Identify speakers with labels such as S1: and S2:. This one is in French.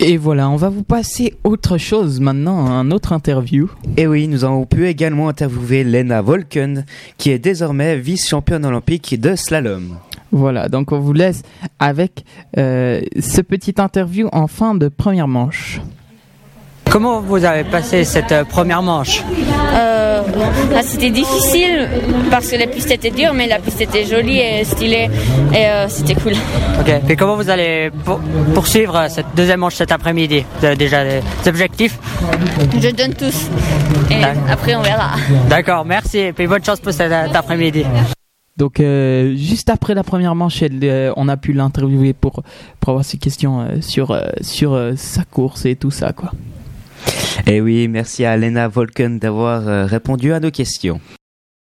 S1: Et voilà, on va vous passer autre chose maintenant, un autre interview.
S2: Et oui, nous avons pu également interviewer Lena Volken, qui est désormais vice-championne olympique de slalom.
S1: Voilà, donc on vous laisse avec euh, ce petit interview en fin de première manche.
S3: Comment vous avez passé cette euh, première manche
S4: Euh, ah, c'était difficile parce que la piste était dure, mais la piste était jolie et stylée et euh, c'était cool.
S3: Ok. Et comment vous allez pour- poursuivre euh, cette deuxième manche cet après-midi Vous avez déjà des objectifs
S4: Je donne tous et
S3: D'accord.
S4: après on verra.
S3: D'accord, merci. Et puis bonne chance pour cet euh, après-midi.
S1: Donc euh, juste après la première manche, elle, euh, on a pu l'interviewer pour, pour avoir ses questions euh, sur, euh, sur euh, sa course et tout ça quoi.
S2: Et oui, merci à Lena Volken d'avoir euh, répondu à nos questions.